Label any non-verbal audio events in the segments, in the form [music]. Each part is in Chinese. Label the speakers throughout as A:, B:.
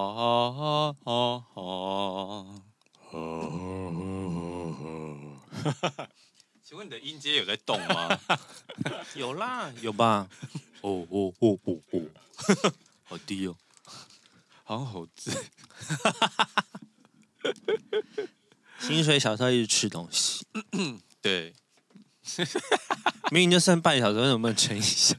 A: 哦哦哦
B: 嗯，
A: [laughs] 请问你的音阶有在动吗？
B: 有啦，有吧？哦哦哦哦哦， [laughs] 好低哦。
A: [laughs] 好像猴子。
B: 薪水小偷一直吃东西， [laughs]
A: 对，
B: 明明就剩半小时，为什么不能撑一下？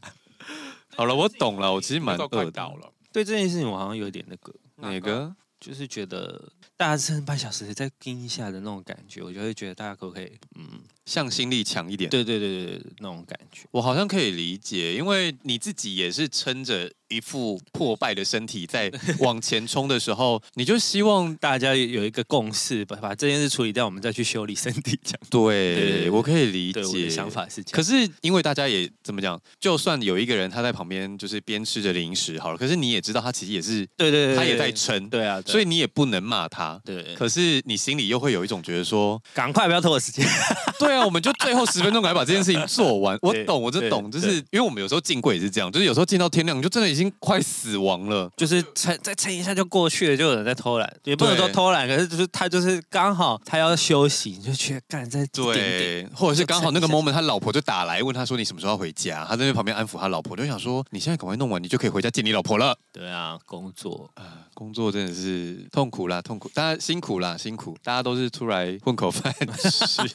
A: 好了，我懂了，我其实蛮
C: 快
A: 饿
C: 倒
A: 的。
C: 了，
B: 对这件事情，我好像有点那个，
A: 哪个？
B: 就是觉得大家剩半小时再盯一下的那种感觉，我就会觉得大家可不可以？嗯，
A: 向心力强一点。
B: 对对对对对，那种感觉。
A: 我好像可以理解，因为你自己也是撑着一副破败的身体在往前冲的时候，你就希望
B: 大家有一个共识，把把这件事处理掉，我们再去修理身体。这样，
A: [laughs] 对
B: 对
A: 我可以理
B: 对我的
A: 解
B: 想。法是这样。
A: 可是因为大家也怎么讲，就算有一个人他在旁边就是边吃着零食好了，可是你也知道他其实也是
B: 对对对，
A: 他也
B: 对
A: 在撑，
B: 对啊，对啊
A: 所以你也不能骂他。
B: 对，
A: 可是你心里又会有一种觉得说，
B: 赶快不要拖我时间。
A: 对啊，我们就最后十分钟赶快把这件事情做完。我
B: [laughs] 对
A: 懂，我就
B: 对
A: 懂，就是因为我们有时候进柜也是这样，就是有时候进到天亮，你就真的已经快死亡了。
B: 就是撑再撑一下就过去了，就有人在偷懒，也不能说
A: 对
B: 偷懒，可是就是他就是刚好他要休息，你就觉得干在顶顶，
A: 对，或者是刚好那个
B: 就撑
A: moment，他老婆就打来问他说你什么时候要回家，他在那旁边安抚他老婆，就想说你现在赶快弄完，你就可以回家见你老婆了。
B: 对啊，工作
A: 啊，工作真的是痛苦啦，痛苦，大家辛苦啦，辛苦，大家都是出来混口饭吃。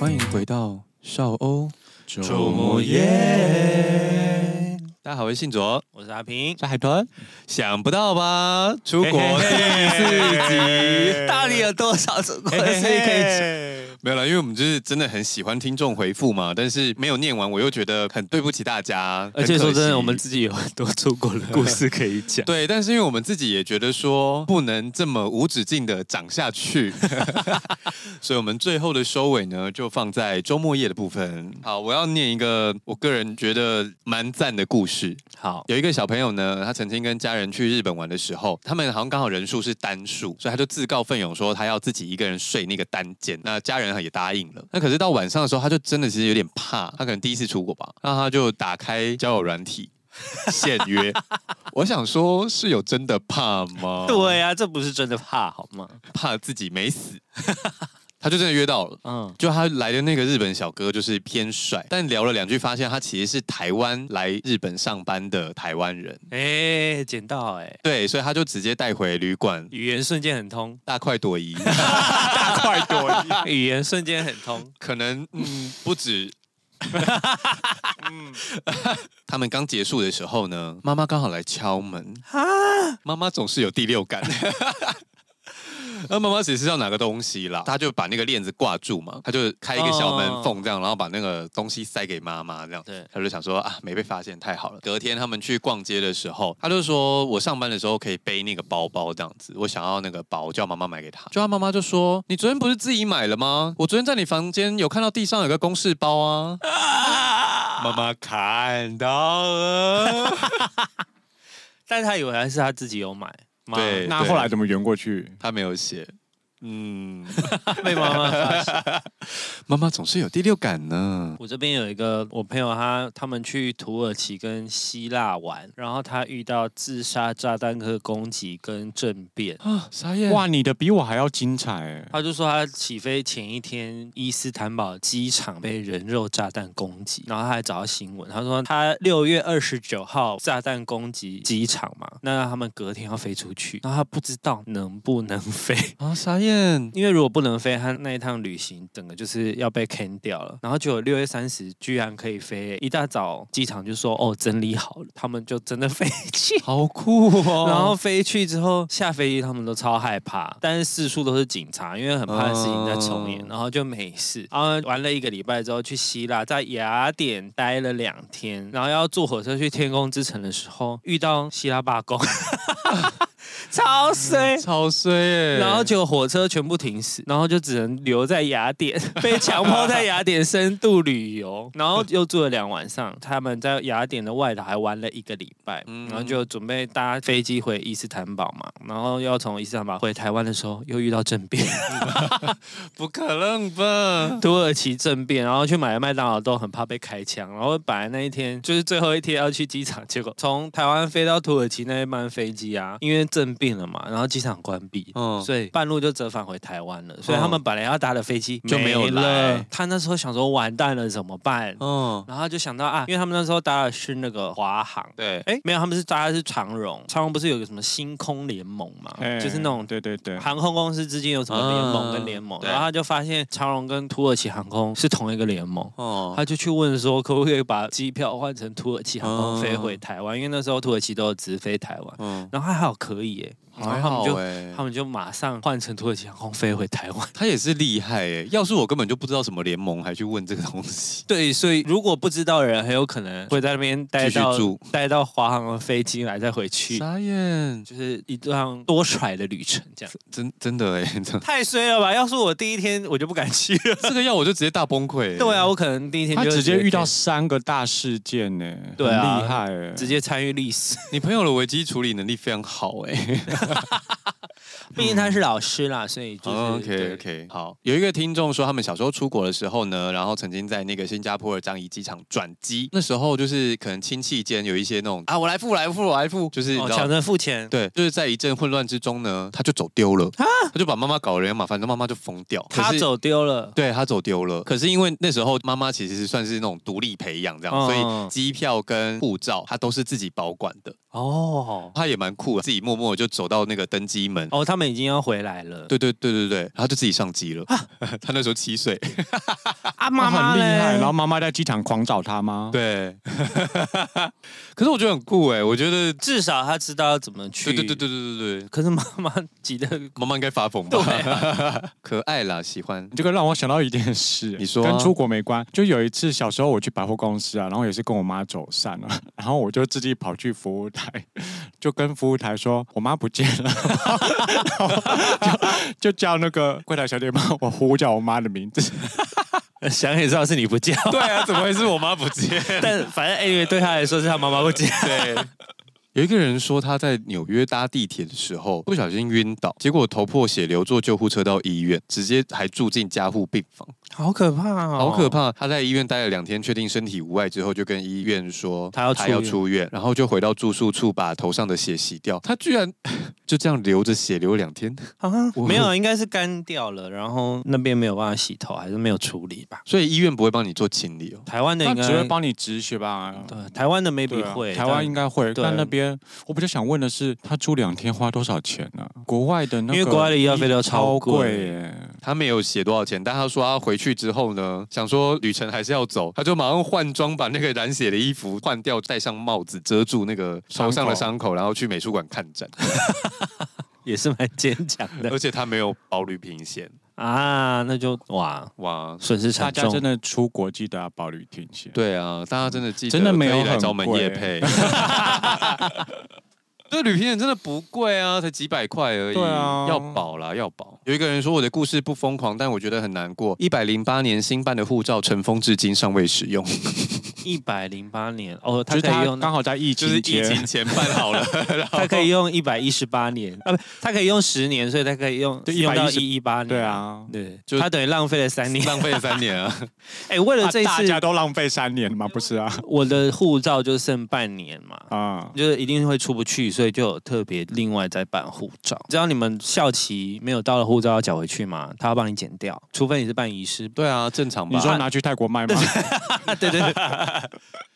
A: 欢迎回到少欧周
B: 末夜，
A: 大家好，我是信卓，
B: 我是阿平，
A: 在海豚，想不到吧？出国第四集，
B: 到底有多少次过的事情可以讲？
A: 没有了，因为我们就是真的很喜欢听众回复嘛，但是没有念完，我又觉得很对不起大家。
B: 而且
A: 很
B: 说真
A: 可惜。
B: 的，我们自己有很多出国的故事可以讲
A: 对，但是因为我们自己也觉得说不能这么无止境的涨下去， [laughs] 所以我们最后的收尾呢，就放在周末夜的部分。好，我要念一个我个人觉得蛮赞的故事。
B: 好，
A: [laughs] 有一个小朋友呢，他曾经跟家人去日本玩的时候，他们好像刚好人数是单数，所以他就自告奋勇说他要自己一个人睡那个单间。那家人也答应了。那可是到晚上的时候，他就真的其实有点怕，他可能第一次出国吧，那他就打开交友软体。现约，我想说，是有真的怕吗？，
B: 对啊，这不是真的怕好吗？
A: 怕自己没死，他就真的约到了。
B: 嗯，
A: 就他来的那个日本小哥就是偏帅，但聊了两句，发现他其实是台湾来日本上班的台湾人。
B: 哎，捡到哎，
A: 对，所以他就直接带回旅馆，
B: 语言瞬间很通，
A: 大快朵颐。
C: 大快朵
B: [laughs]
C: 颐。
B: 语言瞬间很通，
A: 可能嗯不止。
C: 嗯，
A: 他们刚结束的时候呢，妈妈刚好来敲门
B: 啊
A: 妈妈总是有第六感。那妈妈只是要拿个东西啦，她就把那个链子挂住嘛，她就开一个小门缝这样，然后把那个东西塞给妈妈这样。
B: 对，
A: 她就想说啊，没被发现太好了。隔天他们去逛街的时候，她就说我上班的时候可以背那个包包这样子，我想要那个包，叫妈妈买给她。就她妈妈就说，你昨天不是自己买了吗？我昨天在你房间有看到地上有个公事包啊。妈妈看到 [laughs] 了，
B: 但他以为还是他自己有买，妈
A: 对
C: 那后来怎么圆过去？
A: 她没有写。嗯， [laughs]
B: 被妈妈发现
A: 妈妈总是有第六感呢。
B: 我这边有一个我朋友他他们去土耳其跟希腊玩，然后他遇到自杀炸弹客攻击跟政变。
A: 啊，傻眼！
C: 哇，你的比我还要精彩欸！
B: 他就说他起飞前一天，伊斯坦堡机场被人肉炸弹攻击，然后他还找到新闻，他说他六月二十九号炸弹攻击机场嘛，那他们隔天要飞出去，然后他不知道能不能飞，
A: 啊，傻眼！
B: 因为如果不能飞，他那一趟旅行整个就是要被坑掉了。然后结果六月三十居然可以飞，一大早机场就说哦整理好了，他们就真的飞
A: [laughs]
B: 去。
A: 好酷哦！
B: 然后飞去之后下飞机，他们都超害怕，但是四处都是警察，因为很怕事情在重演，
A: 嗯
B: 然后就没事。然后玩了一个礼拜之后去希腊，在雅典待了两天，然后要坐火车去天空之城的时候，遇到希腊罢工。 [laughs] 超衰。
A: 超衰耶、
B: 然后结果火车全部停驶，然后就只能留在雅典，被强迫在雅典深度旅游，然后又住了两晚上。他们在雅典的外岛还玩了一个礼拜，
A: 嗯
B: 然后就准备搭飞机回伊斯坦堡嘛。然后要从伊斯坦堡回台湾的时候，又遇到政变， [laughs]
A: 不可能吧？
B: 土耳其政变，然后去买麦当劳都很怕被开枪。然后本来那一天就是最后一天要去机场，结果从台湾飞到土耳其那一班飞机啊，因为政变了嘛，然后机场关闭，
A: 嗯，
B: 所以半路就折返回台湾了。所以他们本来要搭的飞机
A: 就没有
B: 了
A: 来。
B: 他那时候想说完蛋了怎么办？
A: 嗯，
B: 然后他就想到啊，因为他们那时候搭的是那个华航。
A: 对，
B: 哎，没有，他们是搭的是长荣，长荣不是有个什么星空联盟嘛，
C: 哎
B: 就是那种
C: 对对对，
B: 航空公司之间有什么联盟跟
A: 嗯
B: 联盟，
A: 对
B: 然后他就发现长荣跟土耳其航空是同一个联盟，
A: 哦，
B: 他就去问说可不可以把机票换成土耳其航空飞回台
A: 哦
B: 湾，因为那时候土耳其都有直飞台湾，
A: 嗯，
B: 然后还好可以耶，然后
A: 还
B: 他们
A: 好
B: 就
A: 哎
B: 他，们就马上换成土耳其航空飞回台湾。 [laughs]
A: 他也是厉害哎、要是我根本就不知道什么联盟，还去问这个东 [laughs] 西。
B: 对，所以如果不知道的人，很有可能会在那边待
A: 继续
B: 到
A: 住啊
B: 待到华航的飞机来再回去，
A: 傻眼，
B: 就是一段多舛的旅程。这样
A: 真真的哎、真的
B: 太衰了吧？要是我第一天我就不敢去了。
A: [laughs] 这个要我就直接大崩溃、欸 [laughs]
B: 对啊，，我可能第一天
C: 他
B: 就
C: 直接遇到
B: 直
C: 三个大事件呢，
B: 对啊
C: 很厉害哎，
B: 直接参与历史，
A: 你朋友的危机处理能力非常好哎、 [laughs]
B: 毕竟他是老师啦，所以就是、
A: 哦 OK
B: 对
A: OK，好，有一个听众说，他们小时候出国的时候呢，然后曾经在那个新加坡的樟宜机场转机，那时候就是可能亲戚间有一些那种啊，我来付，我来付，我来付，就是你
B: 哦，
A: 知道。
B: 抢着付钱，
A: 对，就是在一阵混乱之中呢，他就走丢了，他就把妈妈搞了人麻烦，那妈妈就疯掉。
B: 他
A: 可是
B: 走丢了，
A: 对他走丢了，可是因为那时候妈妈其实是算是那种独立培养这样，
B: 嗯
A: 所以机票跟护照她都是自己保管的，
B: 哦
A: 她也蛮酷的，自己默默地就走到那个登机门。
B: 哦，他们已经要回来了，
A: 对对对对对，然后就自己上机 [laughs] 了。她那时候七岁，
B: 啊，
C: 他
B: 妈妈
C: 很厉害，
B: 嘞
C: 然后妈妈在机场狂找他吗？，
A: [laughs] 对。可是我觉得很酷哎，我觉得
B: 至少他知道要怎么去，
A: 对对对对对对对，
B: 可是妈妈急得，
A: 妈妈应该发
C: [laughs]
A: 疯吧？可爱啦，喜欢。
C: 这个让我想到一件事，
A: 你说啊
C: 跟出国没关。就有一次小时候我去百货公司啊，然后也是跟我妈走散了， [laughs] 然后我就自己跑去服务台， [laughs] 就跟服务台说我妈不见了，然后就就叫那个柜台小姐帮我呼叫我妈的名字。
B: 想也知道是你不叫，
A: 对啊，怎么会是我妈不见？
B: 但反正 anyway 对他来说是他妈妈
C: [laughs]
B: 不叫。
A: 对。有一个人说他在纽约搭地铁的时候不小心晕倒，结果头破血流，坐救护车到医院，直接还住进加护病房，
B: 好可怕哦，
A: 好可！怕。他在医院待了两天，确定身体无碍之后，就跟医院说
B: 他要出
A: 他
B: 院
A: 要出院，然后就回到住宿处把头上的血洗掉。他居然 [laughs] 就这样流着血流两天，
B: 啊，
A: 我
B: 没有，应该是干掉了，然后那边没有办法洗头，还是没有处理吧？
A: 所以医院不会帮你做清理哦。
B: 台湾的
C: 他
B: 应
C: 只
B: 该
C: 会帮你止血吧？
B: 对台湾的 maybe
C: 对啊
B: 会，
C: 台湾应该会。
B: 对
C: 但那边我比较想问的是，他住两天花多少钱呢、国外的那个，
B: 因为国外的医药费都超
C: 超
B: 贵
C: 贵耶。
A: 他没有写多少钱，但他说他回去之后呢，想说旅程还是要走，他就马上换装，把那个染血的衣服换掉，戴上帽子遮住那个头上的伤口，然后去美术馆看展。
B: 也是蛮坚强的
C: 呃
A: 而且他没有保旅平险，
B: [laughs] 啊，那就哇，
A: 哇！
B: 损失
C: 大
B: 惨
C: 家真
B: 重。
C: 的出国记得要保旅停险。
A: 对啊，大家真的记得
C: 真的没有
A: 可以来
C: 很
A: 找我们
C: 贵
A: 叶配。这旅平险真的不贵啊，才几百块而已。
C: 对啊
A: 要保啦，要保。有一个人说我的故事不疯狂，但我觉得很难过。一百零八年新办的护照尘封至今尚未使用，
B: 一百零八年哦，
C: 就
B: 他
C: 是
B: 可以
C: 他
B: 用，
C: 刚好在疫
A: 就是
C: 情
A: 疫
C: 前，
A: 情前办好 [laughs] 了，然后
B: 他可
C: [laughs]
B: 以用一百一十八年啊，不，他可以用十年，所以他可以用
C: 对
B: 用到
C: 110
B: 一一八年。
C: 对，啊，
B: 对，
A: 就
B: 他等于浪费了三
C: [laughs]
B: 年。
A: 浪费了三年啊！
B: 哎，为了
C: 啊
B: 这一
C: 大
B: 次
C: 家都浪费三年嘛，不是啊？
B: 我的护照就剩半年嘛，
C: 啊，
B: 就是一定会出不去，所以就有特别另外再办护照。只要你们校期没有到了护照要缴回去嘛，他要帮你剪掉，除非你是办遗失。
A: [laughs] 对啊，正
B: 嗯
A: 常
C: 你
A: 吧？
C: 说拿去泰国卖吗？
B: 啊，对对对，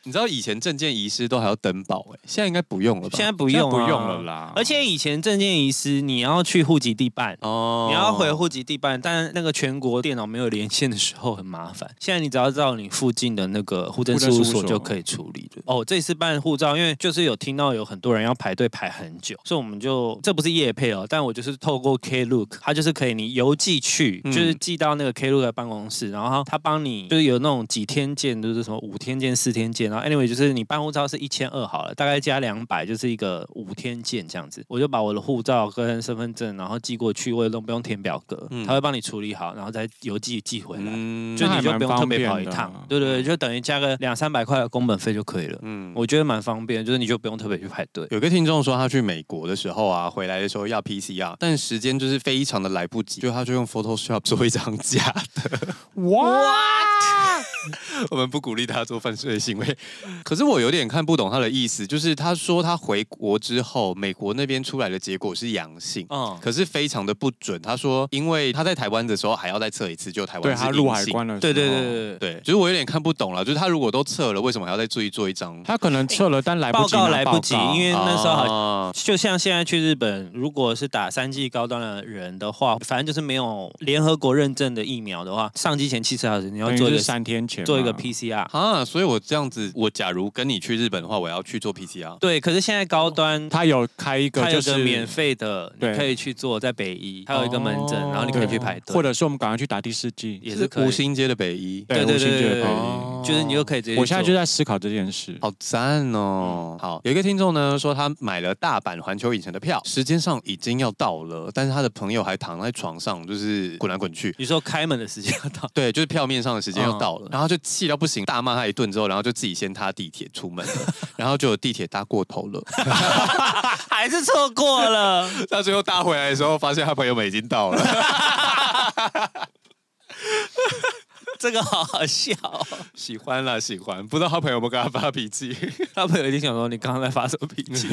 A: 你知道以前证件遗失都还要登报哎、现在应该不用了吧？
B: 现在不
C: 不
B: 用、啊
C: 不用了。啦。
B: 而且以前证件遗失，你要去户籍地办。
A: 哦
B: 你要回户籍地办，但那个全国电脑没有连线的时候很麻烦。现在你只要到你附近的那个户政
C: 户
B: 事
C: 政事
B: 务
C: 务
B: 所
C: 所
B: 就可以处理了。哦，这次办护照，因为就是有听到有很多人要排队排很久，所以我们就这不是业配哦，但我就是透过 Klook，它就是可以你邮寄去，
A: 嗯
B: 就是寄到那个 Klook 的办公室，然后它帮你就是有那种几天件，就是什么五天件、四天件，然后 anyway 就是你办护照是一千二好了，大概加两百就是一个五天见这样子。我就把我的护照跟身份证然后寄过去，我也都不用填表格，
A: 嗯
B: 他会帮你处理好，然后再邮寄寄回来。
A: 嗯
B: 就你
C: 那还
B: 就
C: 蛮
B: 不用特
C: 方
B: 别
C: 便
B: 跑一
C: 的啊嗯
B: 趟，对对对，就等于加个两三百块的工本费就可以了。
A: 嗯
B: 我觉得蛮方便，就是你就不用特别去排队。
A: 有个听众说，他去美国的时候啊，回来的时候要 PCR，但时间就是非常的来不及，就他就用 Photoshop 做一张假。
C: 哇，
A: 我们不鼓励他做犯罪行为，可是我有点看不懂他的意思，就是他说他回国之后，美国那边出来的结果是阳性。
B: 嗯，
A: 可是非常的不准，他说，因为他在台湾的时候还要再测一次，就台湾
C: 对
A: 是
C: 他入
A: 阴
C: 海
A: 性
C: 关了，
B: 对对对。
C: 哦
B: 对对，
A: 对，就是我有点看不懂了，就是他如果都测了，为什么还要再注意做一张？
C: 他可能撤了，但来不
B: 报
C: 及
B: 告
C: 拿
B: 来不及，因为那时候好像。
A: 啊
B: 就像现在去日本，如果是打三剂高端的人的话，反正就是没有联合国认证的疫苗的话，上机前七十小时你要
C: 等于
B: 做一
C: 是
B: 个
C: 三天前
B: 做一个
C: 嘛
B: PCR。
A: 啊，所以我这样子，我假如跟你去日本的话，我要去做 PCR。
B: 对，可是现在高端
C: 他有开一个
B: 它有
C: 就
B: 个
C: 是
B: 免费的，你
C: 对
B: 可以去做，在北医，它有一个门诊，
A: 哦
B: 然后你可以去排队，
C: 或者是我们赶快去打第四剂，
B: 也是可
A: 吴
B: 以，
A: 兴街的北一，
B: 对对对
C: 我心觉
B: 对
C: 得
B: 对
C: 可以
A: 哦
B: 就是你就可以直接去做。
C: 我现在就在思考这件事。
A: 好赞
B: 嗯
A: 哦！好，有一个听众呢说他买了大阪环球影城的票，时间上已经要到了，但是他的朋友还躺在床上，就是滚来滚去。
B: 你说开门的时间要到， [laughs]
A: 对，就是票面上的时间要到了，
B: 嗯
A: 然后就气到不行，大骂他一顿之后，然后就自己先搭地铁出门了，然后就有地铁搭过头了。
B: 还是错过
C: [laughs]
B: 了。
A: [laughs] 他最后搭回来的时候，发现他朋友们已经到 [laughs] 了。
B: 这个好好笑哦、
A: 喜欢啦，喜欢，不知道他朋友有没有跟他发脾气。 [laughs]
B: 他朋友一定想说你刚刚在发什么脾
C: [laughs]
B: 气？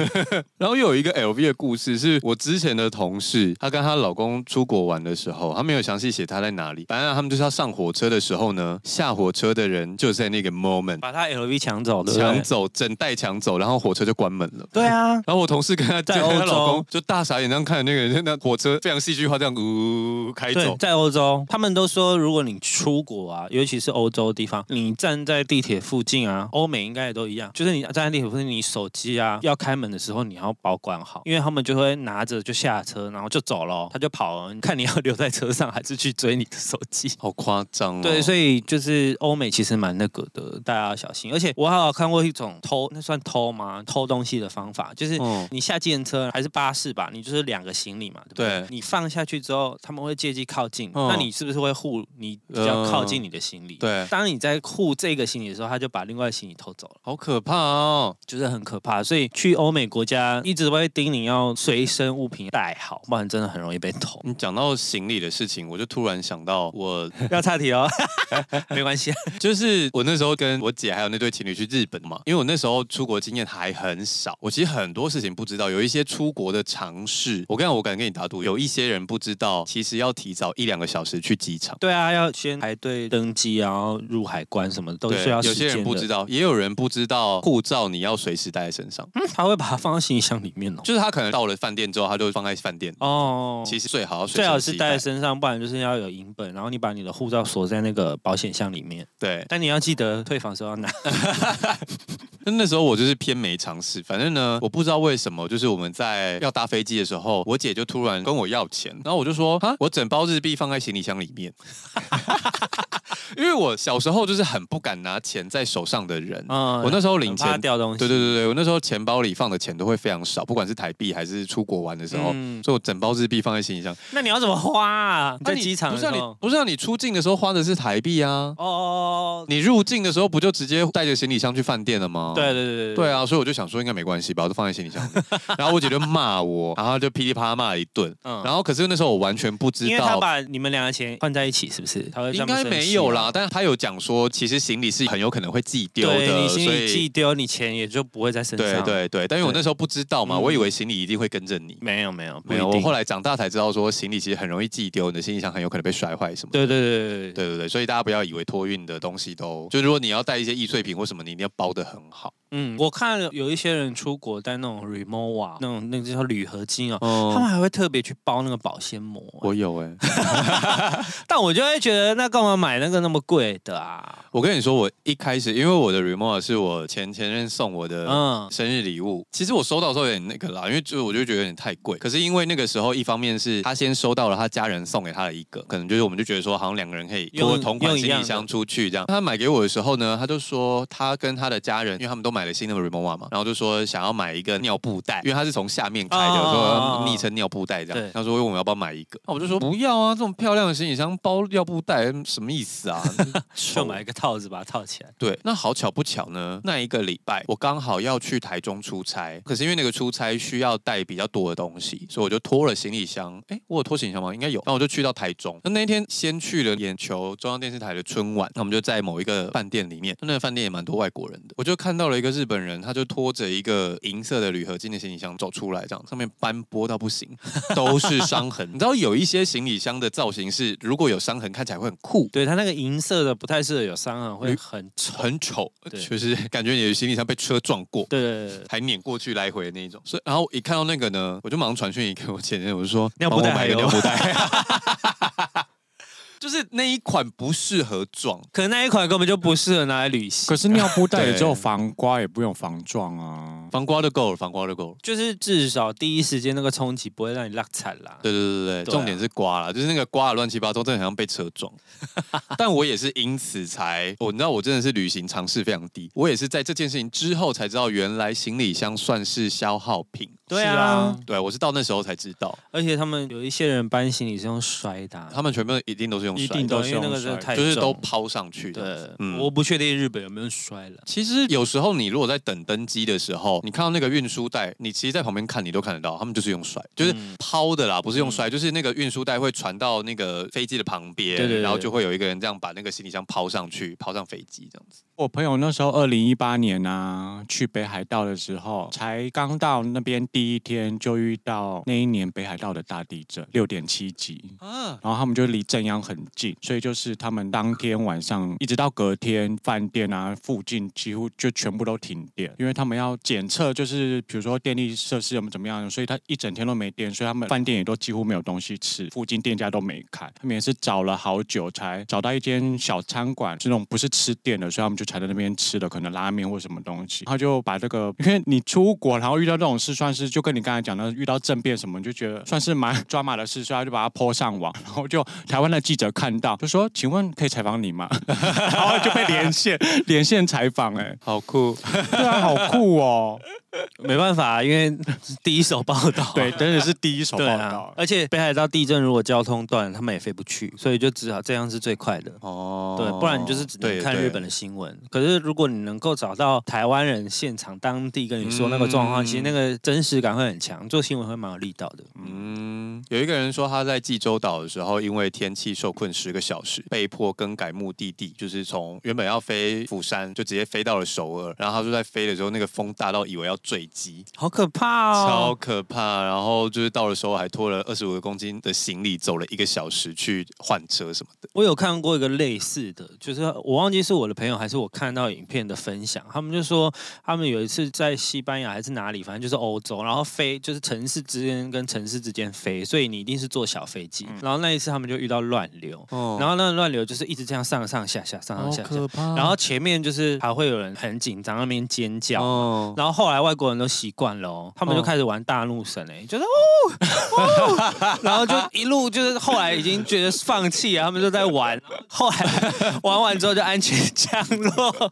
A: 然后又有一个 LV 的故事，是我之前的同事，她跟她老公出国玩的时候，她没有详细写她在哪里，反正他们就是要上火车的时候呢，下火车的人就在那个 moment
B: 把他 LV 抢走，对不
A: 抢
B: 对？
A: 走整袋抢走，然后火车就关门了。
B: 对啊，
A: 然后我同事跟她
B: 在
A: 就跟她
B: 欧洲
A: 老公就大傻眼，这样看着那个人，那火车非常戏剧化，这样呜开
B: 对
A: 走，。
B: 在欧洲，他们都说，如果你出国啊，尤其是欧洲地方，你站在地铁附近啊，欧美应该也都一样，就是你站在地铁附近，你手机啊要开门的时候，你要保管好，因为他们就会拿着就下车，然后就走了，他就跑了，你看你要留在车上还是去追你的手机。
A: 好夸张哦！
B: 对，所
A: 以
B: 以就是欧美其实蛮那个的，大家要小心。而且我还有看过一种偷，那算偷吗？偷东西的方法，就是
A: 嗯
B: 你下计程车还是巴士吧，你就是两个行李嘛，对不对？
A: 对
B: 你放下去之后，他们会借机靠近，
A: 嗯
B: 那你是不是会护你比较靠近你的行李？。
A: 呃对，
B: 当你在护这个行李的时候，他就把另外的行李偷走了，
A: 好可怕哦！。
B: 就是很可怕。所以去欧美国家一直会叮咛要随身物品带好，不然真的很容易被偷
A: [laughs] 你讲到行李的事情，我就突然想到我
B: [laughs] 要岔题哦，没关系。
A: 就是我那时候跟我姐还有那对情侣去日本嘛，因为我那时候出国经验还很少，我其实很多事情不知道，有一些出国的常识，我跟你讲，我敢跟你打赌，有一些人不知道，其实要提早一两个小时去机场。
B: 对啊，要先排队登机，然后入海关什么的都
A: 对，
B: 需要
A: 有些人不知
B: 道，
A: 道，也有人不知道护照你要随时带在身上，
B: 嗯他会把它放到行李箱里
A: [laughs]
B: 面哦。
A: 就是他可能到了饭店之后，他就放在饭店。
B: 哦，
A: 其
B: 实
A: 实最好要随
B: 最好
A: 身
B: 是
A: 携
B: 带在
A: 带，
B: 身上，不然就是要有银本，然后你把你的护照锁在那个保险箱里面。
A: 对，
B: 但你要记得退房时候要拿。
A: 那那时候我就是偏没常识，反正呢，我不知道为什么，就是我们在要搭飞机的时候，我姐就突然跟我要钱，然后我就说啊，我整包日币放在行李箱里
B: [laughs]
A: 面，因为我小时候就是很不敢拿钱在手上的人，
B: 嗯
A: 我那时候领
B: 很怕
A: 钱。
B: 掉东西。
A: 对对对对，我那时候钱包里放的钱都会非常少，不管是台币还是出国玩的时候，
B: 嗯
A: 所以我整包日币放在行李箱。
B: 那你要怎么花啊？你在
A: 啊你
B: 机场
A: 不
B: 的
A: 是
B: 时
A: 啊你
B: 候？
A: 不是啊你出境的时候花的是台币啊，
B: 哦哦哦
A: 你入境的时候不就直接带着行李箱去饭店了吗
B: 哦，？对对对
A: 对。啊，所以我就想说应该没关系吧，我就放在行李箱
B: [laughs]
A: 里。然后我姐就骂我，然后就噼里啪啦骂了一顿。
B: 嗯
A: 然后可是那时候我完全不知
B: 因为他
A: 道。
B: 把你们两个钱换在一起，是不是？他会
A: 应
B: 专门
A: 该
B: 生
A: 没
B: 气
A: 有
B: 啊
A: 啦，。但是他有讲说，其实行李是很有可能会寄丢
B: 对
A: 的，
B: 你
A: 所
B: 行李寄
A: 以
B: 丢，你钱也就不会在身
A: 对
B: 上。，
A: 对对。但因为我
B: 对
A: 那时候不知道嘛，
B: 嗯
A: 我以为行李一定会跟着你，
B: 没有没有
A: 没有。
B: 不一
A: 我
B: 定
A: 后来长大才知道说，行李其实很容易寄丢，你的行李箱很有可能被摔坏什么的。
B: 对对对对
A: 对
B: 对
A: 对对，所以大家不要以为托运的东西都，就如果你要带一些易碎品或什么，你一定要包的很好。
B: 嗯，我看有一些人出国带那种 remova 那种那个叫铝合金哦，他
A: 哦，
B: 们还会特别去包那个保鲜膜、
A: 我有哎、
B: 但我就会觉得那干嘛买那个那么贵的啊？
A: [laughs] 我跟你说，我一开始因为我的 remote 是我前前任送我的，
B: 嗯
A: 生日礼物，其实我收到的时候有点那个啦，因为就我就觉得有点太贵。可是因为那个时候，一方面是他先收到了他家人送给他的一个，可能就是我们就觉得说好像两个人可以拖
B: 用
A: 同款
B: 用一
A: 行
B: 样
A: 李
B: 的
A: 箱出去这样。他买给我的时候呢，他就说他跟他的家人，因为他们都买了新的 Remova 嘛，然后就说想要买一个尿布袋，因为他是从下面开的，
B: 哦
A: 说昵称尿布袋这
B: 对
A: 样。他说问我们要不要买一个，那我就说不要啊，这种漂亮的行李箱包尿布袋什么意思啊？
B: 就买一个套子把它套起来。
A: 对，那好巧不巧呢，那一个礼拜我刚好要去台中出差，可是因为那个出差需要带比较多的东西，所以我就拖了行李箱。哎，我有拖行李箱吗？应该有。那我就去到台中。那那天先去了眼球中央电视台的春晚，那我们就在某一个饭店里面，那个饭店也蛮多外国人的，我就看到了一个日本人，他就拖着一个银色的铝合金的行李箱走出来，这样上面斑驳到不行， [laughs] 都是伤痕。你知道有一些行李箱的造型是，如果有伤痕看起来会很酷，
B: 对它那个银色的不太适合有伤痕，会很丑。
A: 很丑，
B: 对
A: 就是感觉你的行李箱被车撞过，
B: 对对对对，
A: 还碾过去来回的那一种。所以，然后一看到那个呢，我就马上传讯息给我前任，我就说
B: 尿布
A: 帮我
B: 袋还
A: 买个
B: 有
A: 尿布袋。
B: [laughs]
A: 就是那一款不适合撞，
B: 可能那一款根本就不适合拿来旅行
C: 可。是尿
B: [laughs]
C: 布袋也只有
A: 对
C: 防刮，也不用防撞啊。
A: 防刮就够了，防刮就够了。
B: 就是至少第一时间那个冲击不会让你落惨啦。
A: 对对对对，
B: 对啊
A: 重点是刮了，就是那个刮的乱七八糟，真的好像被车
B: [laughs]
A: 撞。但我也是因此才，我你知道我真的是旅行尝试非常低，我也是在这件事情之后才知道，原来行李箱算是消耗品。
B: 对
C: 是
B: 啊
C: 啊，
A: 对，我是到那时候才知道，
B: 而且他们有一些人搬行李是用摔的
C: 嗯
B: 啊、
A: 他们全部一定都是用
C: 一
A: 摔
C: 定
A: 的，
C: 都
B: 对
C: 是
B: 因为
C: 用
B: 那个真的太
C: 摔，
A: 就是都
B: 重
A: 抛上去的。
B: 对，
A: 嗯
B: 我不确定日本有没有摔了。
A: 其实有时候你如果在等登机的时候，你看到那个运输带，你其实，在旁边看你都看得到，他们就是用甩，就是
B: 嗯
A: 抛的啦，不是用摔，就是那个运输带会传到那个飞机的旁边，
B: 对对对
A: 然后就会有一个人这样把那个行李箱抛上去，抛上飞机这样子。
C: 我朋友那时候二零一八年啊，去北海道的时候，才刚到那边第一天就遇到那一年北海道的大地震，六点七级。
A: 啊，
C: 然后他们就离正央很近，所以就是他们当天晚上一直到隔天，饭店啊附近几乎就全部都停电，因为他们要检测，就是比如说电力设施有没有怎么样，所以他一整天都没电，所以他们饭店也都几乎没有东西吃，附近店家都没开，他们也是找了好久才找到一间小餐馆，是那种不是吃店的，所以他们就才在那边吃的，可能拉面或什么东西。他就把这个，因为你出国然后遇到这种事，算是就跟你刚才讲的遇到政变什么，你就觉得算是蛮抓马的事，所以他就把它泼上网，然后就台湾的记者看到，就说：“请问可以采访你吗？” [laughs] 然后就被连线连线采访、欸，
A: 好酷！
C: 对啊，好酷哦，
B: [laughs] 没办法、因为第一手报道、
C: [laughs] 对，真的是第一手
B: [laughs]
C: 报
B: 对
C: 道
B: 啊，。而且北海道地震如果交通断，他们也飞不去，所以就只好这样是最快的。
A: 哦
B: 对，不然你就是只能看日本
A: 的。
B: 的新闻。可是如果你能够找到台湾人现场当地跟你说那个状况，
A: 嗯
B: 其实那个真实感会很强，做新闻会蛮有力道的。
A: 嗯，有一个人说他在济州岛的时候，因为天气受困十个小时，被迫更改目的地，就是从原本要飞釜山，就直接飞到了首尔。然后他说在飞的时候，那个风大到以为要坠机，
B: 好可怕
A: 超
B: 哦！
A: 可怕。然后就是到了首尔，还拖了二十五个公斤的行李，走了一个小时去换车什么的。
B: 我有看过一个类似的，就是我忘记是我的朋友还是我看到影片的分享，他们就说他们有一次在西班牙还是哪里，反正就是欧洲，然后飞就是城市之间跟城市之间飞，所以你一定是坐小飞机。然后那一次他们就遇到乱流，
A: 嗯哦
B: 然后那个乱流就是一直这样上上下下上上下下，
A: 怕
B: 然后前面就是还会有人很紧张那边尖叫。
A: 哦，
B: 然后后来外国人都习惯了、哦，他们就
A: 哦
B: 开始玩大怒神哎、就是哦哦， [laughs] 然后就一路就是后来已经觉得放弃啊，他们就在玩，后来玩完之后就安全降落，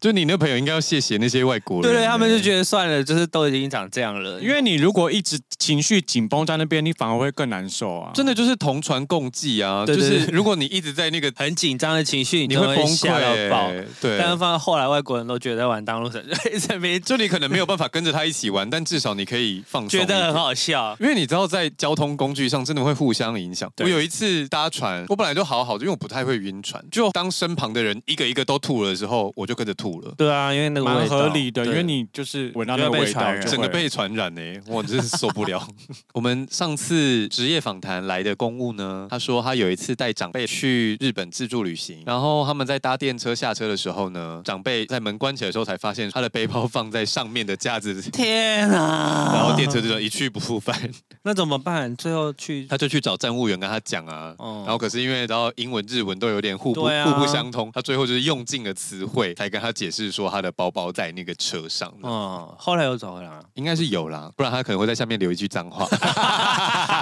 A: 就你那朋友应该要谢谢那些外国人，
B: 对对，他们就觉得算了，就是都已经长这样了，
C: 因为你如果一直情绪紧绷在那边，你反而会更难受啊。
A: 真的就是同船共济啊，
B: 对对
A: 就是
B: 对
A: 如果你一直在那个。
B: 很紧张的情绪，
A: 你
B: 真
A: 会
B: 的
A: 崩溃、欸
B: 吓到爆。
A: 对，
B: 但是放到后来，外国人都觉得在玩大怒神，就一直在那边
A: 就你可能没有办法跟着他一起玩，但至少你可以放松。
B: 觉得很，好笑。
A: 因为你知道在交通工具上真的会互相影响。我
C: 对
A: 有一次搭船，我本来就好好的，因为我不太会晕船，就当身旁的人一个一个都吐了的时候，我就跟着吐吐了。
B: 对啊，因为那个
C: 蛮
B: 味道
C: 合理的，因
B: 对
C: 为你就是闻到
B: 就
C: 那
B: 要
C: 个
B: 被
C: 味
B: 传
C: 道，
B: 染
C: 就
A: 整个
C: 会
A: 被传染呢、欸我真是受不了。 [laughs] 我们上次职业访谈来的公务呢，他说他有一次带长辈去日本自助旅行，然后他们在搭电车下车的时候呢，长辈在门关起来的时候才发现他的背包放在上面的架子，
B: 天啊！
A: 然后电车就这样一去不复返。
B: 那怎么办？最后去
A: 他就去找站务员跟他讲啊，
B: 哦
A: 然后可是因为然后英文日文都有点互不、
B: 对啊
A: 互不相通，他最后就是用尽了词汇才跟他解释说他的包包在那个车上的。
B: 嗯，后来又找回来
A: [laughs]
B: 啊。
A: 应该是有啦，不然他可能会在下面留一句脏
B: [laughs]
A: 话。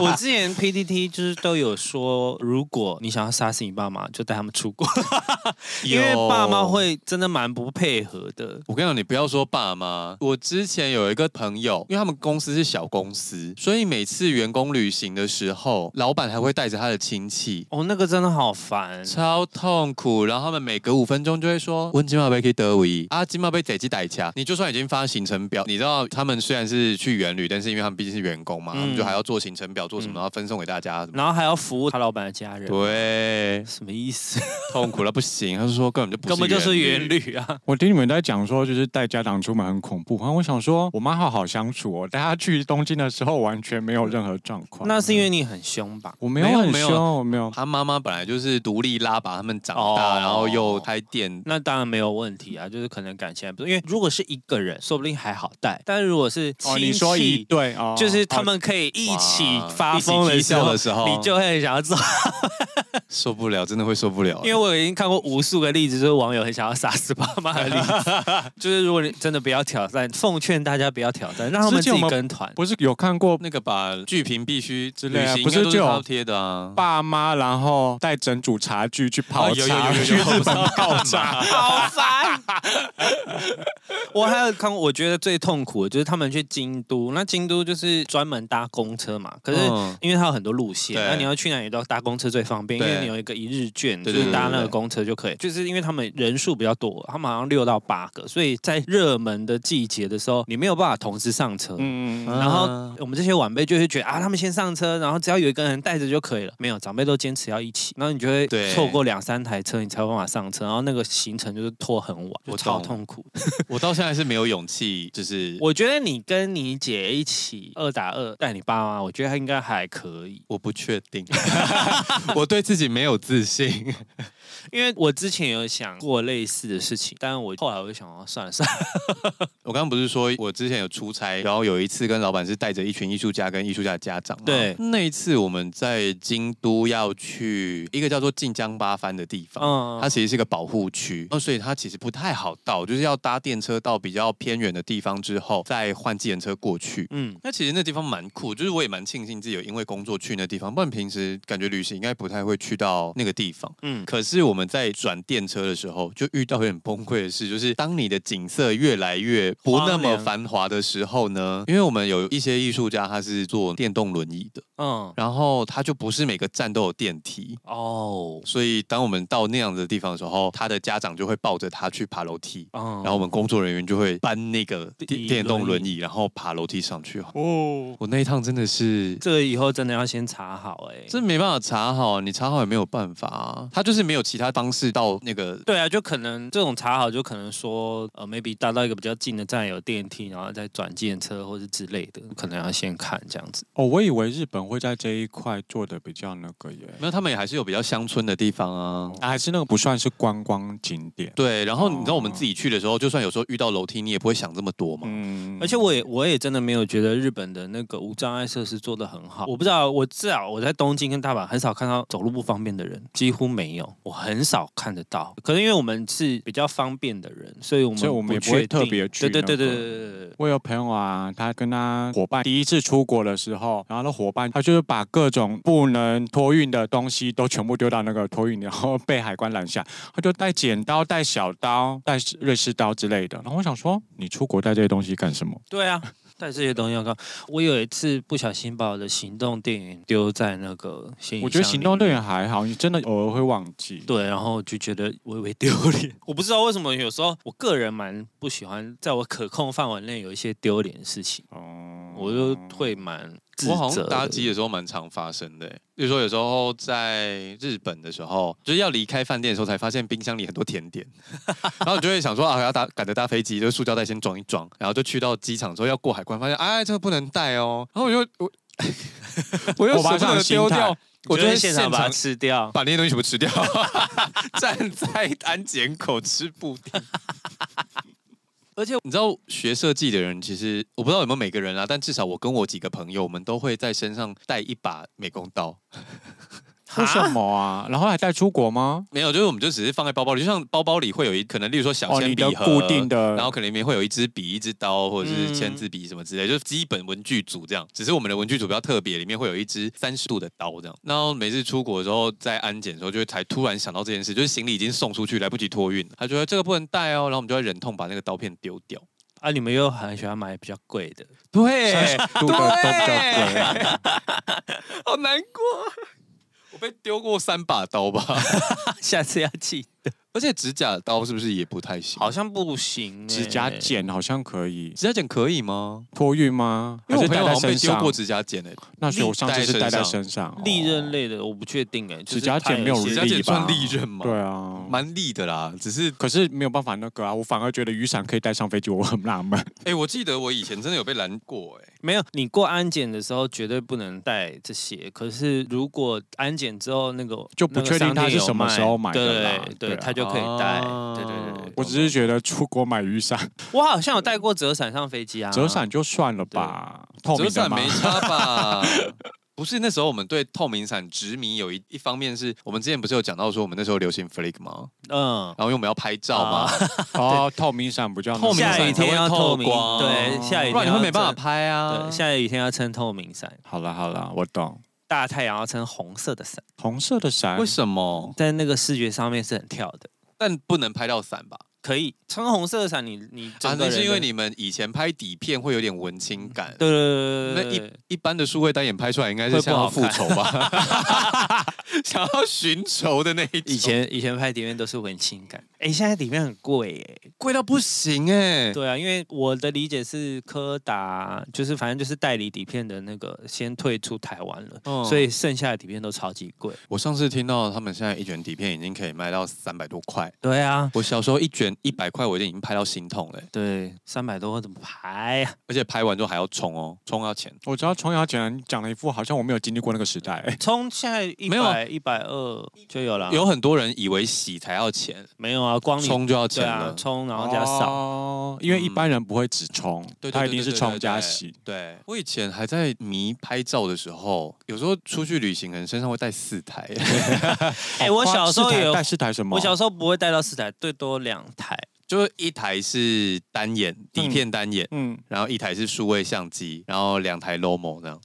B: 我之前 PTT 就是都有说，如果你想要杀死你爸妈，就带他们出
A: [laughs]
B: 国，因为爸妈
A: 有
B: 会真的蛮不配合的。
A: 我跟你讲，你不要说爸妈。我之前有一个朋友，因为他们公司是小公司，所以每次员工旅行的时候，老板还会带着他的亲戚，
B: 哦，那个真的好烦。
A: 超痛苦。然后他们每隔五分钟就会说：“温金马被可以得维啊，金马被贼鸡逮卡。”你就算已经发行程表，你知道他们虽然是去原旅，但是因为他们毕竟是员工嘛，他们就还要做行程表，做什么，
B: 嗯
A: 然后分送给大家什么。
B: 然后还要服务他老板的家人，
A: 对，
B: 什么意思？
A: 痛苦到不行。他就说根本就不是
B: [laughs] 根本就是
A: 原
B: 原
A: 旅，[laughs]
B: 旅啊！
C: 我听你们在讲说，就是带家长出门很恐怖，然后我想说，我妈好好相处哦。带她去东京的时候，完全没有任何状况。
B: 那是因为你很凶吧？
C: 我没
A: 没
C: 有
A: 有
C: 很
A: 没有
C: 凶，我没有。
A: 他妈妈本来就是独立拉拔他们长大，
B: 哦
A: 然后又开店，
B: 那当然没有问题啊，就是可能感情还不错。因为如果是一个人，说不定还好带，但如果是亲
C: 哦，
B: 戚，
C: 你说一对哦，
B: 就是他
C: 哦
B: 们可以一起
A: 哇
B: 发疯
A: 一
B: 的
A: 起
B: 时
A: 讥笑
B: 候
A: 的，时候，
B: 你就会想要走。
A: 受不了，真的会受不了。
B: [laughs] 因为我已经看过无数个例子，就是网友很想要杀死爸妈的例子。
A: [laughs]
B: 就是如果你真的不要挑战，奉劝大家不要挑战，让他们自
C: 之
B: 己
C: 前我们
B: 跟团。
C: 不是有看过
A: 那个把剧评必须之
C: 类啊
A: 不
C: 不是
A: 是就
C: 就有
A: 要贴的啊。
C: 爸妈，然后带整组茶具去泡
A: 哦有有
C: 茶，
A: 有有
C: 去
A: 有
C: 日本泡
B: [laughs]
C: 茶。
B: 好烦！我还有看过，我觉得最痛苦的就是他们去京都，那京都就是专门搭公车嘛，可是
A: 嗯
B: 因为它有很多路线，
A: 对
B: 那你要去哪里都要搭公车最方便，因
A: 对
B: 为你有一个一日券，
A: 对
B: 就
A: 对
B: 是搭那
A: 对对
B: 个
A: 对
B: 公车就可以。就是因为他们人数比较多，他们好像六到八个，所以在热门的季节的时候，你没有办法同时上车。
C: 嗯，
A: 啊
C: 嗯
B: 然后我们这些晚辈就会觉得啊，他们先上车，然后只要有一个人带着就可以了。没有，长辈都坚持要一起，然后你就会
A: 对
B: 错过两三台车，你才有办法上车，然后那个行程就是拖很晚，
A: 我
B: 就超
A: 懂
B: 痛苦。
A: 我到现在是没有勇气，就是我
B: 我觉得你跟你姐一起二打二带你爸妈，我觉得应该还可以，
A: 我不确定， [laughs] 我对自己没有自信。
B: 因为我之前有想过类似的事情，但我后来我就想，哦算了算了，
A: 我刚刚不是说我之前有出差，然后有一次跟老板是带着一群艺术家跟艺术家的家长嘛。
B: 对
A: 那一次我们在京都要去一个叫做近江八幡的地方。
B: 嗯
A: 它，其实是一个保护区，那所以它其实不太好到，就是要搭电车到比较偏远的地方之后，再换计程车过去。
B: 嗯，
A: 那其实那地方蛮酷，就是我也蛮庆幸自己有因为工作去那地方，不然平时感觉旅行应该不太会去到那个地方。
B: 嗯
A: 可是我们在转电车的时候，就遇到有点崩溃的事， [laughs] 就是当你的景色越来越不那
B: 荒
A: 么
B: 凉
A: 繁华的时候呢，因为我们有一些艺术家他是坐电动轮椅的，
B: 嗯，
A: 然后他就不是每个站都有电梯，
B: 哦，
A: 所以当我们到那样的地方的时候，他的家长就会抱着他去爬楼梯，
B: 嗯
A: 然后我们工作人员就会搬那个电
B: 椅
A: 电动
B: 轮
A: 轮椅，然后爬楼梯上去。
C: 哦，
A: 我那一趟真的是。
B: 这个以后真的要先查好、哎，
A: 这没办法查好，你查好也没有办法啊。他就是没有其他方式到那个
B: 对啊，就可能这种查好，就可能说，呃，maybe 搭到一个比较近的站有电梯，然后再转电车或者之类的，可能要先看这样子。
C: 哦，我以为日本会在这一块做的比较那个耶，
A: 没有，他们也还是有比较乡村的地方啊。
C: 啊还是那个不算是观光景点。
A: 对，然后你知道
C: 哦
A: 我们自己去的时候，就算有时候遇到楼梯，你也不会想这么多嘛。
C: 嗯
B: 而且我也我也真的没有觉得日本的那个无障碍设施做的很好。我不知道，我至少我在东京跟大阪很少看到走路不方便的人，几乎没有，我很少看得到。可能因为我们是比较方便的人，所以我们
C: 所以我们也不
B: 确
C: 会特
B: 定
C: 别去
B: 对对对对
C: 那
B: 对
C: 个
B: 对对对对。
C: 我有朋友啊，他跟他伙伴第一次出国的时候，然后那伙伴他就是把各种不能托运的东西都全部丢到那个托运，然后被海关拦下。他就带剪刀、带小刀、带瑞士刀之类的。然后我想说，你出国带这些东西干什么？
B: 对啊，带这些东西要干嘛。我有一次不小心把我的行动电源丢在那个行李箱
C: 我觉得行动
B: 里面
C: 电源还好，你真的偶尔会忘记。
B: 对，然后就觉得微微丢脸。我不知道为什么，有时候我个人蛮不喜欢在我可控范围内有一些丢脸的事情。
C: 哦，
B: 我就会蛮自
A: 我好
B: 责
A: 像
B: 的
A: 搭机的时候蛮常发生的、欸，比如说有时候在日本的时候，就是要离开饭店的时候，才发现冰箱里很多甜点，然后你就会想说啊，要搭赶着搭飞机，就塑胶袋先装一装，然后就去到机场之后要过海关，发现哎这个不能带哦，然后我就我我又
C: 我把
A: 舍
C: 这
A: 不得丢
C: 种心态
A: 掉，我
B: 就
A: 就
B: 会
A: 会
B: 现场把它吃掉。
A: 把那些东西全部吃 [laughs] 掉，站在安检口吃布丁。 [laughs] 而且你知道学设计的人，其实我不知道有没有每个人啊，但至少我跟我几个朋友，我们都会在身上带一把美工刀。
C: 为什么啊？然后还带出国吗？
A: 没有，就是我们就只是放在包包里，就像包包里会有一可能，例如说小
C: 哦，
A: 铅
C: 你
A: 笔
C: 的
A: 盒、
C: 固定的，
A: 然后可能里面会有一支笔、一支刀，或者是签
C: 嗯
A: 字笔什么之类，就是基本文具组这样。只是我们的文具组比较特别，里面会有一支三十度的刀这样。然后每次出国的时候，在安检的时候，就会才突然想到这件事，就是行李已经送出去，来不及托运了，他觉得这个不能带哦，然后我们就会忍痛把那个刀片丢掉。
B: 啊，你们又很喜欢买比较贵的，
C: [laughs]
A: 对
C: 三十 [laughs] 度的都比较贵。
A: 好难过，我被丢过三把刀吧， [laughs]
B: 啊下次要记。
A: 而且指甲刀是不是也不太行？
B: 好像不行、
C: 指甲。剪好像可以
A: 指甲剪可以吗？
C: 托运吗？
A: 因为我
C: 还是
A: 朋
C: 带
A: 友
C: 在
A: 好像被
C: 身
A: 丢
C: 上
A: 过？指甲剪欸诶、
C: 那所以我上次是带在
A: 利
C: 身上，哦
B: 利刃类的我不确定哎、就是
C: 指甲剪
B: 它
C: 没有
A: 指
B: 些
A: 甲剪
C: 利吧
A: 算利刃吗？
C: 对啊，
A: 蛮利的啦，只是
C: 可是没有办法那个啊，我反而觉得雨伞可以带上飞机，我很
A: [laughs]
C: 纳闷。
A: 哎、我记得我以前真的有被拦过哎、
B: 没有，你过安检的时候绝对不能带这些。可是如果安检之后那个
C: 就不确定它是什么时候买
B: 那个商
C: 的啦
B: 店有卖对
C: 对
B: 对，
C: 啊
B: 它就可以带。
A: 哦
B: 对对对，
C: 我只是觉得出国买雨伞，
B: 我好像有带过折伞上飞机啊，
C: 折伞就算了吧，透
A: 折
C: 明的
A: 伞
C: 吗？
A: 没差
B: [laughs]
A: 吧？不是那时候我们对透明伞执迷有一一方面是我们之前不是有讲到说我们那时候流行 flick 吗？
B: 嗯。
A: 然后因为我们要拍照嘛，
B: 啊
C: 哦，透明伞不叫
A: 透明伞
B: 下雨天要透明，
A: 才会透光
B: 对，下
A: [laughs]
B: 雨天
A: 不然你会
B: 要
A: 没办法
B: 撑。
A: 拍啊。
B: 对，下雨天要撑透明伞，
C: 好了好了，我懂。
B: 大太阳要撑红色的伞，
C: 红色的伞
A: 为什么？
B: 在那个视觉上面是很跳的。
A: 但不能拍到伞吧？
B: 可以撑红色的伞，你你
A: 啊
B: 整，个
A: 那
B: 人
A: 是因为
B: 的
A: 你们以前拍底片会有点文青感。
B: 对对对对对对
A: 那一般的数位单眼拍出来应该是想要复仇吧， [laughs] 想要寻仇的那一种。
B: 以前以前拍底片都是文青感，哎、现在底片很贵耶。
A: 贵到不行哎、
B: 对啊，因为我的理解是柯达就是反正就是代理底片的那个先退出台湾了，
A: 嗯
B: 所以剩下的底片都超级贵。
A: 我上次听到他们现在一卷底片已经可以卖到三百多块，
B: 对啊，
A: 我小时候一卷一百块我就已经拍到心痛了欸、
B: 对，三百多怎么拍啊？
A: 而且拍完之后还要冲哦，冲要钱。
C: 我知道琼瑶竟然讲了一副好像我没有经历过那个时代、欸
B: 充现在一
A: 没有啊
B: 百一百二就有了，
A: 有很多人以为洗才要钱，
B: 没有啊？啊光你
A: 冲就要
B: 对
A: 钱
B: 啊
A: 了，。
B: 充然后加扫，
C: 哦，因为一般人不会只冲，
A: 嗯对对对
C: 他一定
A: 对
C: 是
A: 对
C: 冲
A: 对
C: 加
A: 对
C: 洗。
A: 对我以前还在迷拍照的时候，有时候出去旅行，可能身上会带四台。 [laughs]
B: 哎、我
C: 花
B: 小时候
C: 哦四台
B: 也有
C: 带四台什么？
B: 我小时候不会带到四台，最多两台。
A: 就是一台是单眼底片单眼，
C: 嗯，
A: 然后一台是数位相机，然后两台 Lomo 这样，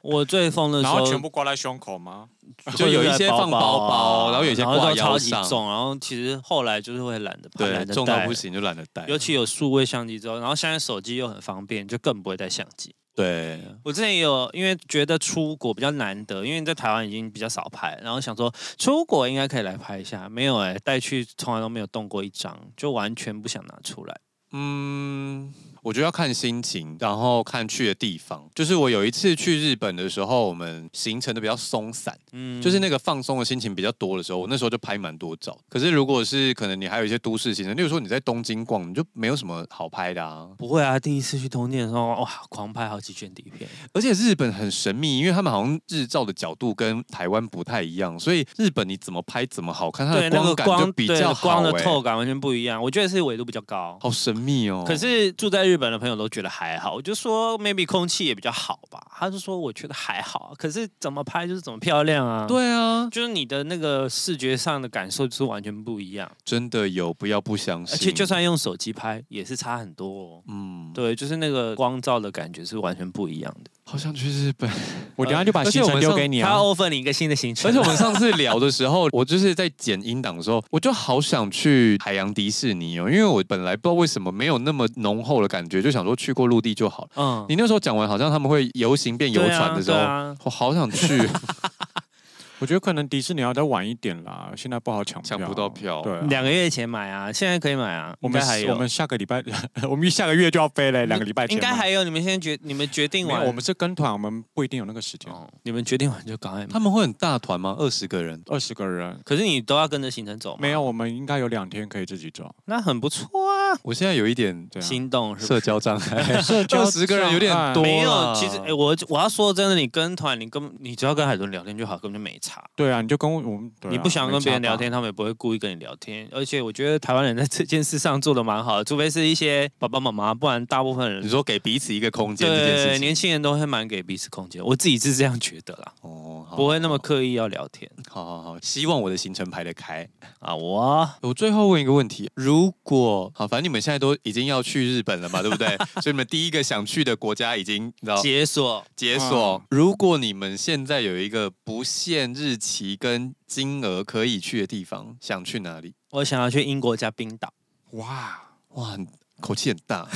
B: 我最疯的时
C: 然
B: 候
C: 后全部挂在胸口吗？
A: 就有一些放包包，然后有一些挂
B: 啊就
A: 腰
B: 超级
A: 上，
B: 重，然后其实后来就是会懒得拍，
A: 对
B: 懒，得
A: 重到
B: 带
A: 不。行就懒得带。
B: 尤其有数位相机之后，然后现在手机又很方便，就更不会带相机。
A: 对，
B: 我之前也有，因为觉得出国比较难得，因为在台湾已经比较少拍，然后想说出国应该可以来拍一下，没有哎、带去从来都没有动过一张，就完全不想拿出来。
A: 嗯，我觉得要看心情，然后看去的地方。就是我有一次去日本的时候，我们行程都比较松散，
B: 嗯，
A: 就是那个放松的心情比较多的时候，我那时候就拍蛮多照。可是如果是可能你还有一些都市行程，例如说你在东京逛，你就没有什么好拍的啊。
B: 不会啊，第一次去东京的时候，哇，狂拍好几卷底片。
A: 而且日本很神秘，因为他们好像日照的角度跟台湾不太一样，所以日本你怎么拍怎么好看，它
B: 对，
A: 的
B: 那
A: 光
B: 个
A: 感就
B: 光
A: 比
B: 对
A: 较好、
B: 光
A: 欸。
B: 的透感完全不一样，我觉得是纬度比较高。
A: 好神秘哦。
B: 可是住在日本的朋友都觉得还好，我就说 maybe 空气也比较好吧，他就说我觉得还好啊，可是怎么拍就是怎么漂亮啊，，
A: 对啊，
B: 就是你的那个视觉上的感受就是完全不一样，
A: 真的有，不要不相信。
B: 而且就算用手机拍也是差很多、哦，
A: 嗯，
B: 对，就是那个光照的感觉是完全不一样的。
A: 好想去日本。
C: 我等一下就把
A: 呃而且
C: 行
A: 我
C: 程
A: 们
C: 丢
A: 上
C: 给你
B: 他
C: 啊。
B: offer 你一个新的行程，
A: 而且我们上次聊的时候，我就是在剪音档的时候，我就好想去海洋迪士尼哦，因为我本来不知道为什么没有那么浓厚的感觉，就想说去过陆地就好了。
B: 嗯，
A: 你那时候讲完，好像他们会游行变游
B: 对啊
A: 船的时候，
B: 对啊
A: 我好想去。
C: 我觉得可能迪士尼要再晚一点啦，现在不好抢
A: 抢不到票
C: 对啊、
B: 两个月前买啊，现在可以买啊，
C: 我
B: 应
C: 们
B: 该还有，
C: 我们下个礼拜， [laughs] 我们下个月就要飞嘞，两个礼拜前
B: 应该
C: 嘛
B: 还有。你们先决，你们决定
C: 没有
B: 完，
C: 我们是跟团，我们不一定有那个时间。
B: 哦，你们决定完就赶快买
A: 他。们会很大团吗？二十个人？
C: 二十个人，
B: 可是你都要跟着行程走，
C: 没有，，我们应该有两天可以自己走。
B: 那很不错啊，
A: 我现在有一点
C: 对啊，
B: 心动是不
A: 社
B: 是？
A: 交障 [laughs] 碍，
C: 社
A: 二十个人有点多啦。
C: 啊
B: 没有，其实哎、我我要说真的，你跟团，你跟你只要跟海豚聊天就好，根本就没差。
C: 对啊，你就跟我我们，对啊
B: 你不想跟别人聊，
C: 没
B: 天，他们也不会故意跟你聊天。而且我觉得台湾人在这件事上做的蛮好的，除非是一些爸爸妈妈，不然大部分
A: 你
B: 人
A: 说给彼此一个空间这件事
B: 对
A: 情，
B: 年轻人都会蛮给彼此空间。我自己是这样觉得啦，
A: 哦，好
B: 不会那么刻意要聊天
A: 好好好，希望我的行程排得开。
B: 啊。我
A: 我最后问一个问题：如果好，反正你们现在都已经要去日本了嘛，对不
B: [laughs]
A: 对？所以你们第一个想去的国家已经你知道
B: 解锁
A: 解锁
C: 嗯。
A: 如果你们现在有一个不限日期跟金额可以去的地方，想去哪里？
B: 我想要去英国加冰岛。
C: 差吧哇，
A: 哇，很口气很大，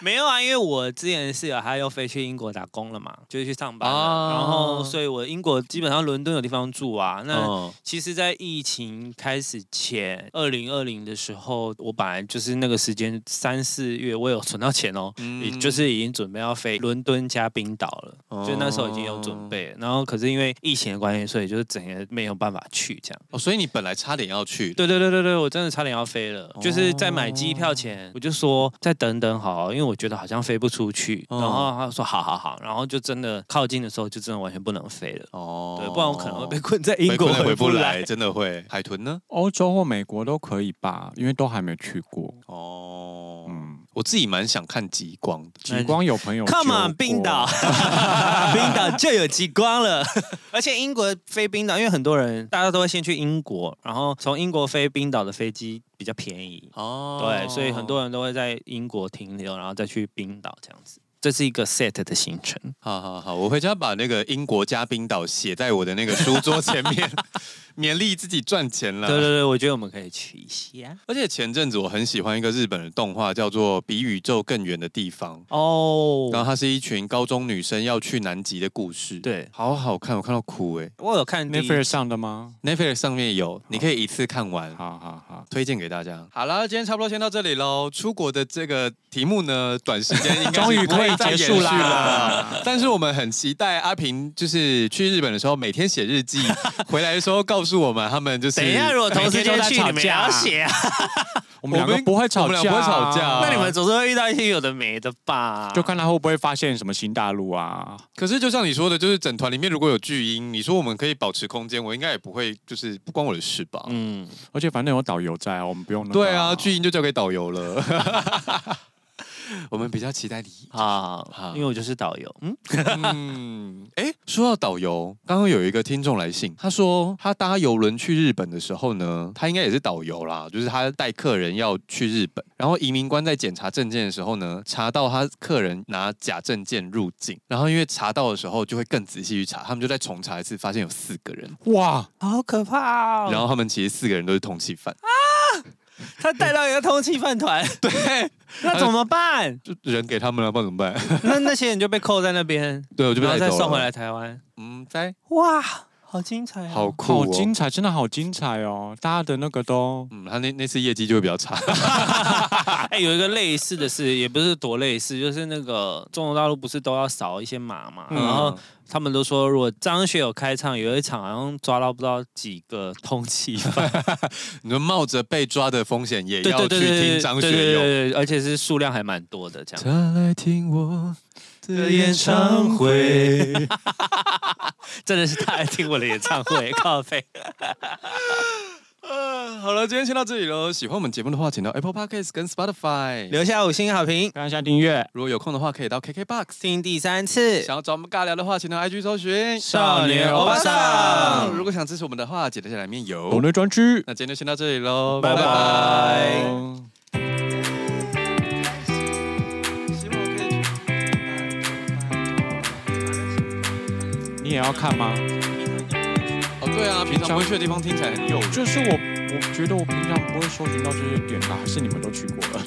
B: 没有啊，因为我之前室友他又飞去英国打工了嘛，就是去上班了
A: 啊
B: 然后所以我英国基本上伦敦有地方住啊。 [laughs] 那、
A: 嗯，
B: 其实，在疫情开始前，二零二零的时候，我本来就是那个时间三四月，我有存到钱哦，
A: 嗯
B: 也就是已经准备要飞伦敦加冰岛了，
A: 嗯
B: 就那时候已经有
A: 哦
B: 准备了。然后可是因为疫情的关系，所以就是整个没有办法去这样。
A: 哦，所以你本来差点要去，
B: 对对对对对，我真的差点要飞了，就是在买机
A: 哦
B: 票前，我就说再等等好，因为我觉得好像飞不出去。
A: 哦
B: 然后他说好好好，然后就真的靠近的时候，就真的完全不能飞了。
A: 哦，
B: 对，不然我可能会被困在
A: [laughs]
B: 英
A: 被
B: 国
A: 困回
B: 不
A: 不
B: 来
A: 来，。真的会。海豚
B: [laughs]
A: 呢？
C: 欧洲或美国都可以吧，因为都还没去过。
A: 哦，
C: 嗯，
A: 我自己蛮想看极光的。
B: [laughs]
C: 极光有朋友
B: Come
C: 揪
B: on，冰 [laughs] 岛，
C: 过，
B: 冰岛就有极光了。 [laughs] 而且英国飞冰岛，因为很多人大家都会先去英国，然后从英国飞冰岛的飞机比较便宜，
A: 哦
B: 对，所以很多人都会在英国停留，然后再去冰岛这样子。这是一个 set 的行程，
A: 好好好，我回家把那个英国加冰岛写在我的那个书桌前
B: [laughs]
A: 面，勉励自己赚钱了。
B: 对对对，我觉得我们可以去一下。
A: 而且前阵子我很喜欢一个日本的动画，叫做《比宇宙更远的地方》，
B: 哦、
A: 然后它是一群高中女生要去南极的故事，，
B: 对，
A: 好好看，我看到哭哎、欸。
B: 我有看第一
C: Netflix 上的吗？
A: Netflix 上面有，你可以一次看完。
C: 好好好，
A: 推荐给大家。好了，今天差不多先到这里喽。出国的这个题目呢，短时间应该
C: 终于
A: 是不会
C: 可以
A: 再
C: 结
A: 延
C: 束
A: 续
C: 啦
A: 了。但是我们很期待阿平，就是去日本的时候每天写日记，回来的时候告诉我们他们就是。
B: 等一下，如果同时间去，你
C: 每天都在吵
B: 们也
C: 架
B: 要 [laughs] 写啊，
C: 我们两
A: 我
C: 个
A: 们
C: 不会吵
A: 我们
C: 架啊，
A: 俩不会吵架啊
B: 那你们总是会遇到一些有的没的吧？
C: 就看他会不会发现什么新大陆啊？
A: 可是就像你说的，就是整团里面如果有巨婴，你说我们可以保持空间，我应该也不会，就是不关我的事吧？
B: 嗯，
C: 而且反正有导游在啊，我们不用那个。
A: 对啊，巨婴就交给导游了。 [laughs] 我们比较期待你。
B: 好，因为我就是导游，嗯，
A: 嗯，哎，说到导游，刚刚有一个听众来信，他说他搭游轮去日本的时候呢，他应该也是导游啦，就是他带客人要去日本，然后移民官在检查证件的时候呢，查到他客人拿假证件入境，然后因为查到的时候就会更仔细去查，他们就再重查一次，发现有四个人，
C: 哇，
B: 好可怕
A: 然后他们其实四个人都是通缉犯，
B: 他带到一个通缉饭团，对，那怎么办？
A: 就人给他们了，不然怎么办？ [laughs]
B: 那那些人就被扣在那边，
A: 对，我就被
B: 然后
A: 带
B: 再
A: 走
B: 送回
A: 了
B: 来，台湾。
A: 嗯，在
B: 哇，好精彩、啊！
A: 好酷、
C: 好
A: 哦，
C: 精彩，真的好精彩哦！大家的那个都
A: 嗯，他那那次业绩就会比较差。
B: 哎、有一个类似的事，也不是多类似，就是那个中国大陆不是都要扫一些码嘛， [laughs] 然后他们都说，如果张学友开唱，有一场好像抓到不知道几个通缉犯，
A: 你们冒着被抓的风险也要去听张
B: 对对
A: 学友。
B: 对对而且是数量还蛮多的这样。
A: 他来听我的
B: 演唱
A: 会。
B: [laughs] 真的是太爱听我的演唱 [laughs] 会，靠背。
A: 呃好了，今天先到这里喽。喜欢我们节目的话，请到 Apple Podcast 跟 Spotify。
B: 留下五星好评，
C: 看一下订阅。
A: 如果有空的话，可以到 KKBox。
B: 听第三次。
A: 想要找我们尬聊的话，请到 IG 搜寻
B: 少年欧巴桑
A: 如果想支持我们的话，记得在里面有
C: 我。的专区，
A: 那今天就先到这里喽，
B: 拜拜
C: 你也要看吗？
A: 哦，对啊，平常不去的地方听起来很有趣。
C: 就是我，我觉得我平常不会搜寻到这些点吧，还是你们都去过了。